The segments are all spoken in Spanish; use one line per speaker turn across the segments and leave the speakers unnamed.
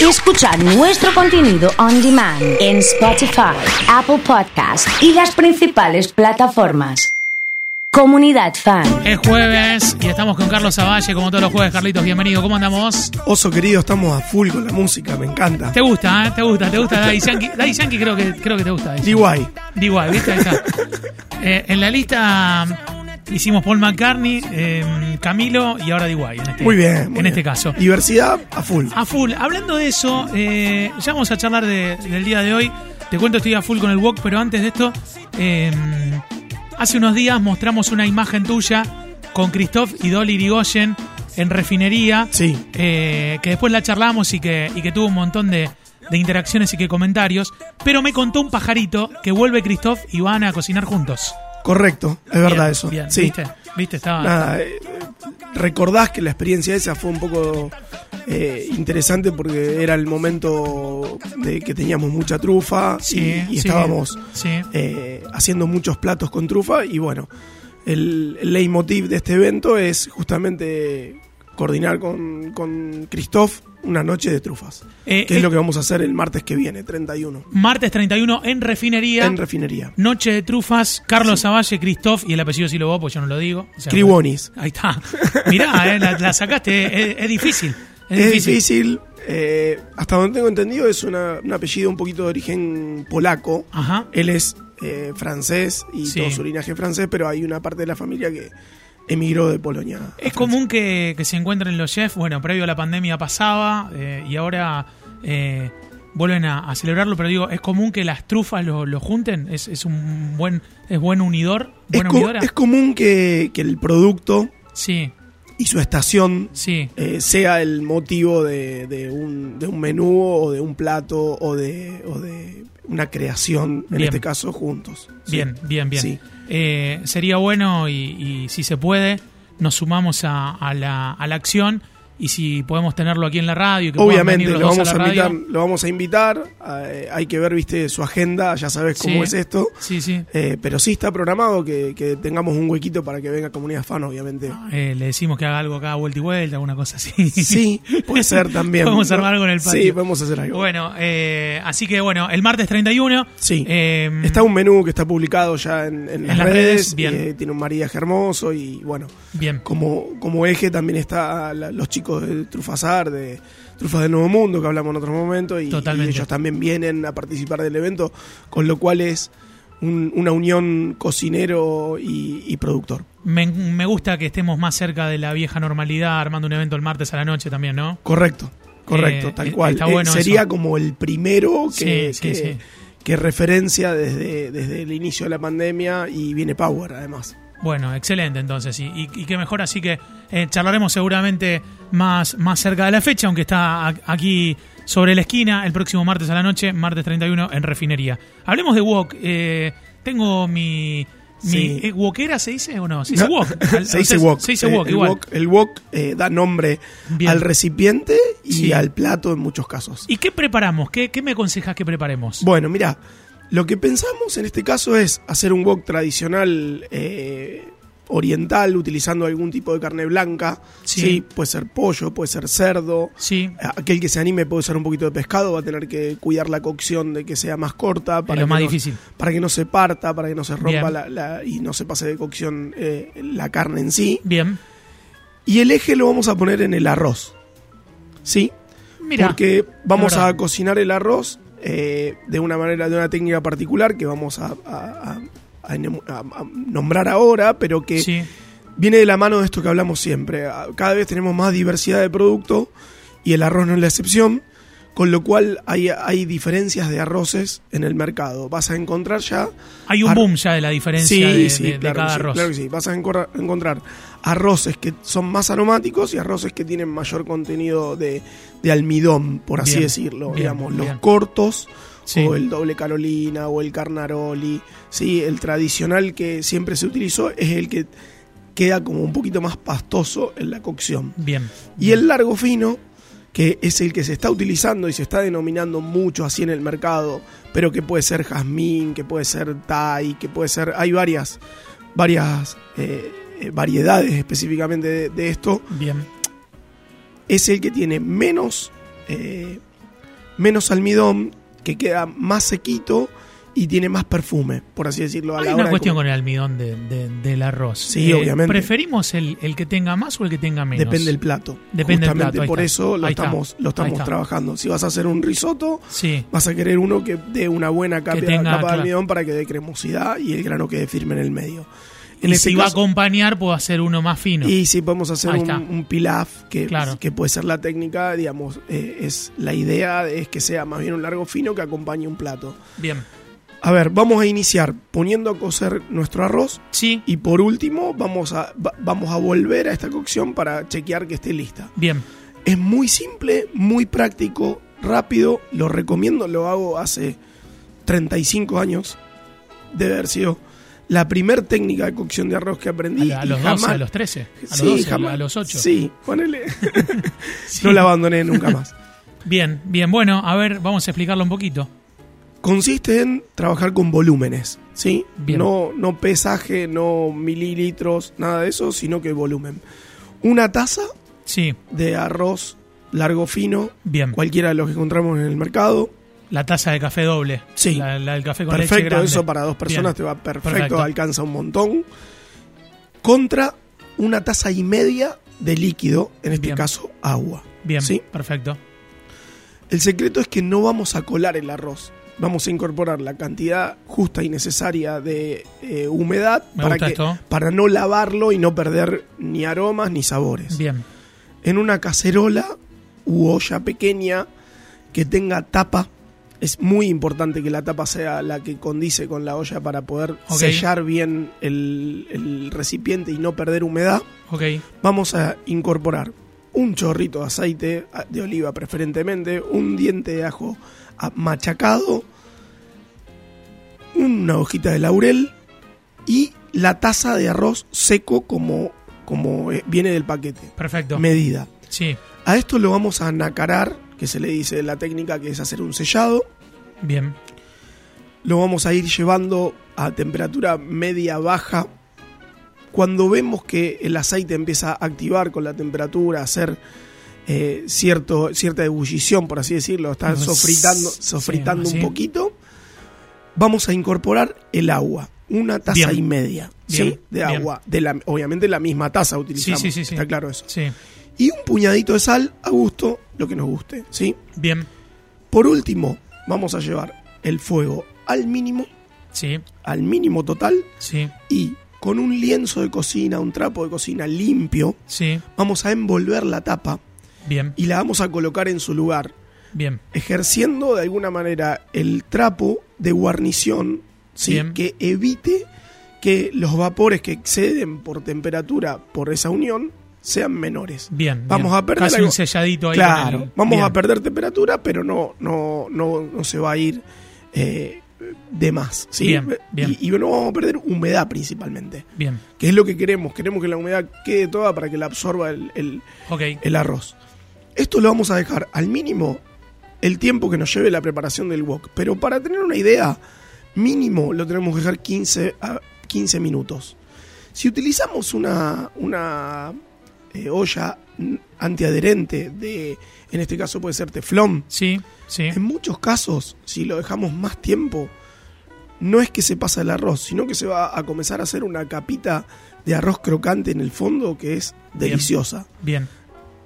y escuchar nuestro contenido on demand en Spotify, Apple Podcast y las principales plataformas. Comunidad Fan.
Es jueves y estamos con Carlos Zavalle, como todos los jueves. Carlitos, bienvenido. ¿Cómo andamos?
Oso querido, estamos a full con la música, me encanta.
Te gusta, ¿eh? Te gusta, te gusta Daddy Yankee. Daddy Yankee creo que, creo que te gusta. Daddy
DY.
Yankee. DY, ¿viste? Ahí está. Eh, en la lista mm, hicimos Paul McCartney, eh, Camilo y ahora DY. En este,
Muy bien. muy
en
bien.
este caso. Ah.
Diversidad a full.
A full. Hablando de eso, eh, ya vamos a charlar de- del día de hoy. Te cuento, estoy a full con el walk, pero antes de esto, eh, hace unos días mostramos una imagen tuya con Christoph y Dolly Irigoyen en refinería.
Sí.
eh, que después la charlamos y que, y que tuvo un montón de, de interacciones y que comentarios. Pero me contó un pajarito que vuelve Christoph y van a cocinar juntos.
Correcto, es verdad
Bien,
eso.
bien,
sí.
¿Viste? ¿Viste? Estaba.
Nada, eh, recordás que la experiencia esa fue un poco eh, interesante porque era el momento de que teníamos mucha trufa y- y,
sí,
estábamos
Sí.
eh, haciendo muchos platos con trufa y bueno, el, el leitmotiv de este evento es justamente coordinar con, con Christoph una noche de trufas,
Eh,
que
eh.
es lo que vamos a hacer el martes que viene, 31,
Martes 31 en refinería.
en refinería.
Noche de Trufas, Carlos Zavalle, Christoph, y el apellido sí lo vos, porque yo no lo digo. O sea,
Cribonis.
Ahí está. Mirá, eh, la, la sacaste, es, es difícil. Es,
Es
difícil.
difícil, eh, hasta donde tengo entendido es una- un apellido un poquito de origen polaco.
Ajá.
Él es eh, francés y
Sí.
todo su linaje es francés, pero hay una parte de la familia que emigró de Polonia. a
Es
Francia.
común que, que se encuentren los chefs. Bueno, previo a la pandemia pasaba eh, y ahora eh, vuelven a, a celebrarlo, pero digo, es común que las trufas lo, lo junten. Es, es un buen, es buen unidor.
Es,
Buena
co-
unidora.
es común que, que el producto
Sí,
y su estación
sí.
eh, sea el motivo de, de un, de un menú o de un plato o de, o de una creación, en
Bien.
este caso juntos. Sí.
Bien, bien, bien.
Sí.
Eh, sería bueno y, y si se puede, nos sumamos a, a la, a la acción y si podemos tenerlo aquí en la radio. Que puedan
Obviamente,
venir los
lo
dos
vamos, a
la
invitar,
radio.
lo vamos a invitar. eh, hay que ver, viste, su agenda, ya sabes cómo
Sí.
es esto.
Sí, sí.
Eh, pero sí está programado que, que tengamos un huequito para que venga comunidad fan, obviamente.
Eh, le decimos que haga algo acá, vuelta y vuelta, alguna cosa así.
Sí, puede ser también.
Podemos
¿no?
armar algo en el patio.
Sí, podemos hacer algo.
Bueno, eh, así que bueno, el martes 31.
Sí.
eh,
Está un menú que está publicado ya en, en las,
las redes,
redes.
bien.
y, eh, tiene un maridaje hermoso y bueno,
Bien.
como, como eje también está la- los chicos de Trufazar, de Trufas del Nuevo Mundo, que hablamos en otros momentos, y,
Totalmente.
y ellos también vienen a participar del evento, con lo cual es un- una unión cocinero y, y productor.
Me, me gusta que estemos más cerca de la vieja normalidad armando un evento el martes a la noche también, ¿no?
Correcto, correcto,
Eh,
tal
eh,
cual.
está
Eh,
bueno
sería
eso.
como el primero que,
Sí, sí,
que-
sí.
que referencia desde, desde el inicio de la pandemia y viene Power además.
Bueno, excelente entonces. Y, y- y qué mejor, así que eh, charlaremos seguramente más, más cerca de la fecha, aunque está a- aquí sobre la esquina el próximo martes a la noche, martes 31 en Refinería. Hablemos de Wok. Eh, tengo mi... mi
Sí.
eh, ¿Wokera se dice o no? Se dice
No,
Wok. Al-
se dice
ustedes-
wok.
Se dice
Eh,
Wok,
el
igual.
wok- el wok, eh, da nombre
Bien.
al recipiente y
Sí.
al plato en muchos casos.
¿Y qué preparamos? ¿Qué, qué me aconsejas que preparemos?
Bueno, mira, lo que pensamos en este caso es hacer un wok tradicional eh, oriental utilizando algún tipo de carne blanca.
Sí.
Puede ser pollo, puede ser cerdo.
sí,
Aquel que se anime puede usar un poquito de pescado, va a tener que cuidar la cocción de que sea más corta. Para
lo
que
más
no-
difícil.
Para que no se parta, para que no se rompa
Bien.
la, la- y no se pase de cocción eh, la carne en sí.
bien.
Y el eje lo vamos a poner en el arroz. ¿Sí?
Mira,
porque vamos
verdad.
a cocinar el arroz eh, de una manera, de una técnica particular que vamos a, a- a- a enem- a- a nombrar ahora, pero que
sí,
viene de la mano de esto que hablamos siempre. A- Cada vez tenemos más diversidad de producto y el arroz no es la excepción, con lo cual hay, hay diferencias de arroces en el mercado. Vas a encontrar ya
hay un
ar-
boom ya de la diferencia
Sí,
de,
sí,
de- de
claro que
cada
sí,
arroz.
claro que sí. Vas a encorra- encontrar arroces que son más aromáticos y arroces que tienen mayor contenido de, de almidón, por así
Bien,
decirlo.
bien,
digamos,
bien.
los cortos,
Sí.
o el doble Carolina, o el Carnaroli. ¿sí? El tradicional que siempre se utilizó es el que queda como un poquito más pastoso en la cocción.
Bien.
Y el largo fino, que es el que se está utilizando y se está denominando mucho así en el mercado, pero que puede ser jazmín, que puede ser Thai, que puede ser. Hay varias, varias eh, eh, variedades específicamente de, de esto.
Bien.
Es el que tiene menos eh, menos almidón, que queda más sequito y tiene más perfume, por así decirlo. A
Hay
la
una
hora de
cuestión con
comer.
el almidón de- de- del arroz. Eh,
Sí, obviamente.
¿Preferimos el, el que tenga más o el que tenga menos?
Depende del plato.
Depende del
Justamente
plato, ahí
por
está.
eso lo
Ahí está.
estamos, lo
Ahí
estamos
está.
trabajando. Si vas a hacer un risotto,
Sí,
vas a querer uno que dé una buena capa,
tenga,
capa de
claro.
almidón para que dé cremosidad y el grano quede firme en el medio. En
y
ese
si va a
caso-
acompañar, puedo hacer uno más fino.
Y si podemos hacer
Ahí
un,
está.
un pilaf, que,
Claro.
que puede ser la técnica, digamos, eh, es la idea es que sea más bien un largo fino que acompañe un plato.
Bien.
A ver, vamos a iniciar poniendo a cocer nuestro arroz
Sí,
y por último vamos a, va- vamos a volver a esta cocción para chequear que esté lista.
bien.
Es muy simple, muy práctico, rápido, lo recomiendo, lo hago hace 35 años. Debe haber sido la primer técnica de cocción de arroz que aprendí.
A,
y
los 12,
jamás-
a los 13, a los
Sí,
12,
jamás-
a los 8.
Sí, ponele. No la abandoné nunca más.
Bien, bien. Bueno, a ver, vamos a explicarlo un poquito.
Consiste en trabajar con volúmenes, ¿sí?
Bien.
No, no pesaje, no mililitros, nada de eso, sino que volumen. Una taza
Sí,
de arroz largo fino,
bien.
cualquiera de los que encontramos en el mercado.
La taza de café doble.
Sí.
La, la del café con leche
perfecto,
grande.
eso para dos
Bien,
personas te va perfecto,
perfecto.
alcanza un montón. Contra una taza y media de líquido, en este
Bien.
caso agua.
Bien,
¿sí?
perfecto.
El secreto es que no vamos a colar el arroz. Vamos a incorporar la cantidad justa y necesaria de eh, humedad
Me
para,
gusta
que-
esto.
para no lavarlo y no perder ni aromas ni sabores.
Bien,
En una cacerola u olla pequeña que tenga tapa. Es muy importante que la tapa sea la que condice con la olla para poder
Ok.
sellar bien el- el recipiente y no perder humedad
ok.
vamos a incorporar un chorrito de aceite a- de oliva preferentemente, un diente de ajo a- machacado, una hojita de laurel y la taza de arroz seco como, como eh, viene del paquete.
Perfecto.
Medida.
Sí,
A esto lo vamos a nacarar, que se le dice la técnica que es hacer un sellado.
bien.
Lo vamos a ir llevando a temperatura media baja. Cuando vemos que el aceite empieza a activar con la temperatura, a hacer eh, cierto, cierta ebullición, por así decirlo, está
Como
sofritando,
s-
sofritando
Pues, sí,
un
sí.
poquito, vamos a incorporar el agua, una taza
Bien.
y media ¿sí?
Bien,
de
bien.
agua. De la, obviamente la misma taza utilizamos,
Sí, sí, sí, sí.
está claro eso.
Sí,
Y un puñadito de sal a gusto, lo que nos guste. ¿sí?
bien.
Por último, vamos a llevar el fuego al mínimo
Sí,
al mínimo total
sí,
y con un lienzo de cocina, un trapo de cocina limpio,
sí.
vamos a envolver la tapa
Bien,
y la vamos a colocar en su lugar,
bien.
ejerciendo de alguna manera el trapo de guarnición ¿sí?
Bien.
que evite que los vapores que exceden por temperatura por esa unión sean menores.
Bien.
Vamos
bien.
a perder
Casi
algo.
un selladito ahí.
Claro,
con el-
vamos
Bien,
a perder temperatura, pero no, no, no, no se va a ir eh, de más. ¿sí?
Bien, bien.
Y, y no vamos a perder humedad principalmente,
Bien,
que es lo que queremos. Queremos que la humedad quede toda para que la absorba el, el-
ok.
el arroz. Esto lo vamos a dejar al mínimo el tiempo que nos lleve la preparación del wok. Pero para tener una idea, mínimo lo tenemos que dejar 15, a 15 minutos. Si utilizamos una, una eh, olla mm, antiadherente de, en este caso puede ser teflón,
Sí, sí.
en muchos casos, si lo dejamos más tiempo, no es que se pasa el arroz, sino que se va a comenzar a hacer una capita de arroz crocante en el fondo que es
Bien.
deliciosa.
Bien,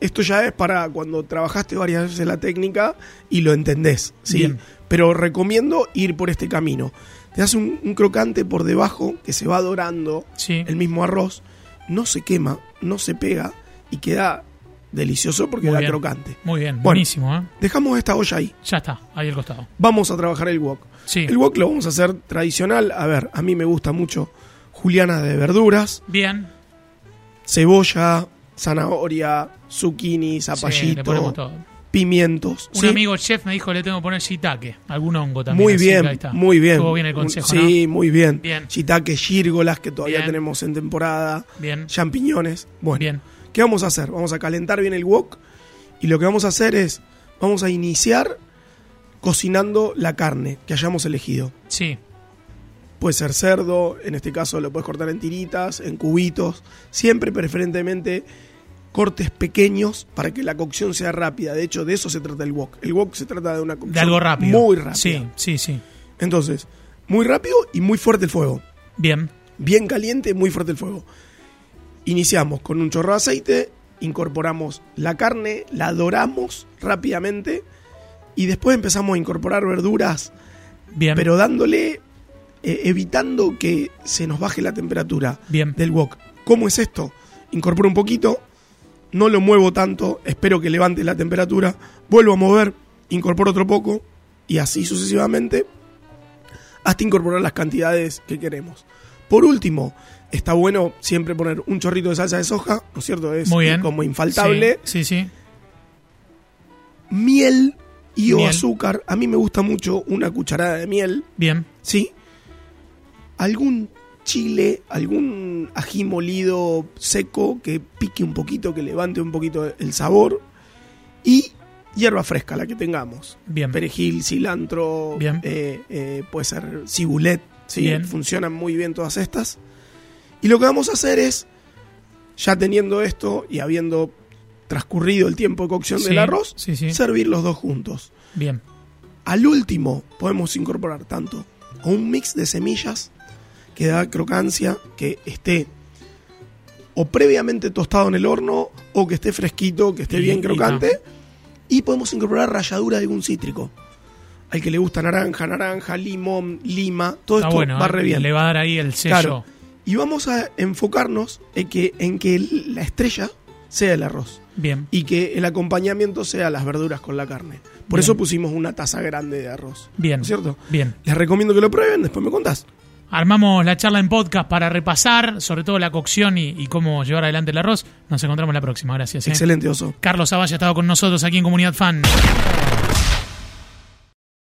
Esto ya es para cuando trabajaste varias veces la técnica y lo entendés, ¿sí?
Bien.
Pero recomiendo ir por este camino. Te hace un, un crocante por debajo que se va dorando
sí.
el mismo arroz, no se quema, no se pega y queda delicioso porque
Muy
da
bien.
crocante.
Muy bien,
Bueno.
buenísimo, ¿eh?
Dejamos esta olla ahí,
Ya está, ahí al costado.
vamos a trabajar el wok.
Sí.
El wok lo vamos a hacer tradicional, a ver, a mí me gusta mucho juliana de verduras,
Bien.
cebolla, zanahoria, zucchini,
Sí, le ponemos
zapallito,
todo.
pimientos.
Un
¿sí?
amigo chef me dijo que le tengo que poner shiitake, algún hongo también.
Muy
así
bien,
que ahí está.
muy bien.
Estuvo bien el consejo,
Un- Sí, muy bien.
Bien.
Shiitake, gírgolas que todavía
Bien.
tenemos en temporada,
¿no? Bien,
champiñones. Bueno,
bien.
¿qué vamos a hacer? Vamos a calentar bien el wok y lo que vamos a hacer es, vamos a iniciar cocinando la carne que hayamos elegido.
Sí,
Puede ser cerdo, en este caso lo puedes cortar en tiritas, en cubitos, siempre preferentemente cortes pequeños para que la cocción sea rápida. De hecho, de eso se trata el wok. El wok se trata de una cocción
De algo rápido.
muy rápida.
Sí, sí, sí.
Entonces, muy rápido y muy fuerte el fuego.
Bien.
Bien caliente, muy fuerte el fuego. Iniciamos con un chorro de aceite, incorporamos la carne, la doramos rápidamente y después empezamos a incorporar verduras
Bien.
pero dándole, eh, evitando que se nos baje la temperatura
Bien.
del wok. ¿Cómo es esto? Incorporo un poquito, no lo muevo tanto, espero que levante la temperatura, vuelvo a mover, incorporo otro poco y así sucesivamente hasta incorporar las cantidades que queremos. Por último, está bueno siempre poner un chorrito de salsa de soja, ¿no es cierto? Es
muy bien.
como infaltable
Sí, sí. sí.
miel y o
Miel.
azúcar. A mí me gusta mucho una cucharada de miel,
Bien.
¿sí? Algún chile, algún ají molido seco que pique un poquito, que levante un poquito el sabor. Y hierba fresca, la que tengamos.
Bien.
Perejil, cilantro,
Bien.
eh, eh, puede ser cibulet. ¿sí?
Bien.
Funcionan muy bien todas estas. Y lo que vamos a hacer es, ya teniendo esto y habiendo transcurrido el tiempo de cocción
Sí,
del arroz,
sí, sí.
servir los dos juntos.
Bien.
Al último podemos incorporar tanto un mix de semillas que da crocancia, que esté o previamente tostado en el horno o que esté fresquito, que esté
Y-
bien
y
crocante. Y podemos incorporar ralladura de algún cítrico. Al que le gusta naranja, naranja, limón, lima, todo
Está
esto
bueno.
va
¿eh?
re bien.
Le va a dar ahí el sello.
Claro. Y vamos a enfocarnos en que, en que la estrella sea el arroz
Bien.
y que el acompañamiento sea las verduras con la carne. Por
Bien.
eso pusimos una taza grande de arroz.
Bien.
¿No es cierto?
Bien.
Les recomiendo que lo prueben, después me contás.
Armamos la charla en podcast para repasar, sobre todo la cocción y, y cómo llevar adelante el arroz. Nos encontramos la próxima. Gracias. ¿eh?
Excelente, oso.
Carlos Zavalla ha estado con nosotros aquí en Comunidad Fan.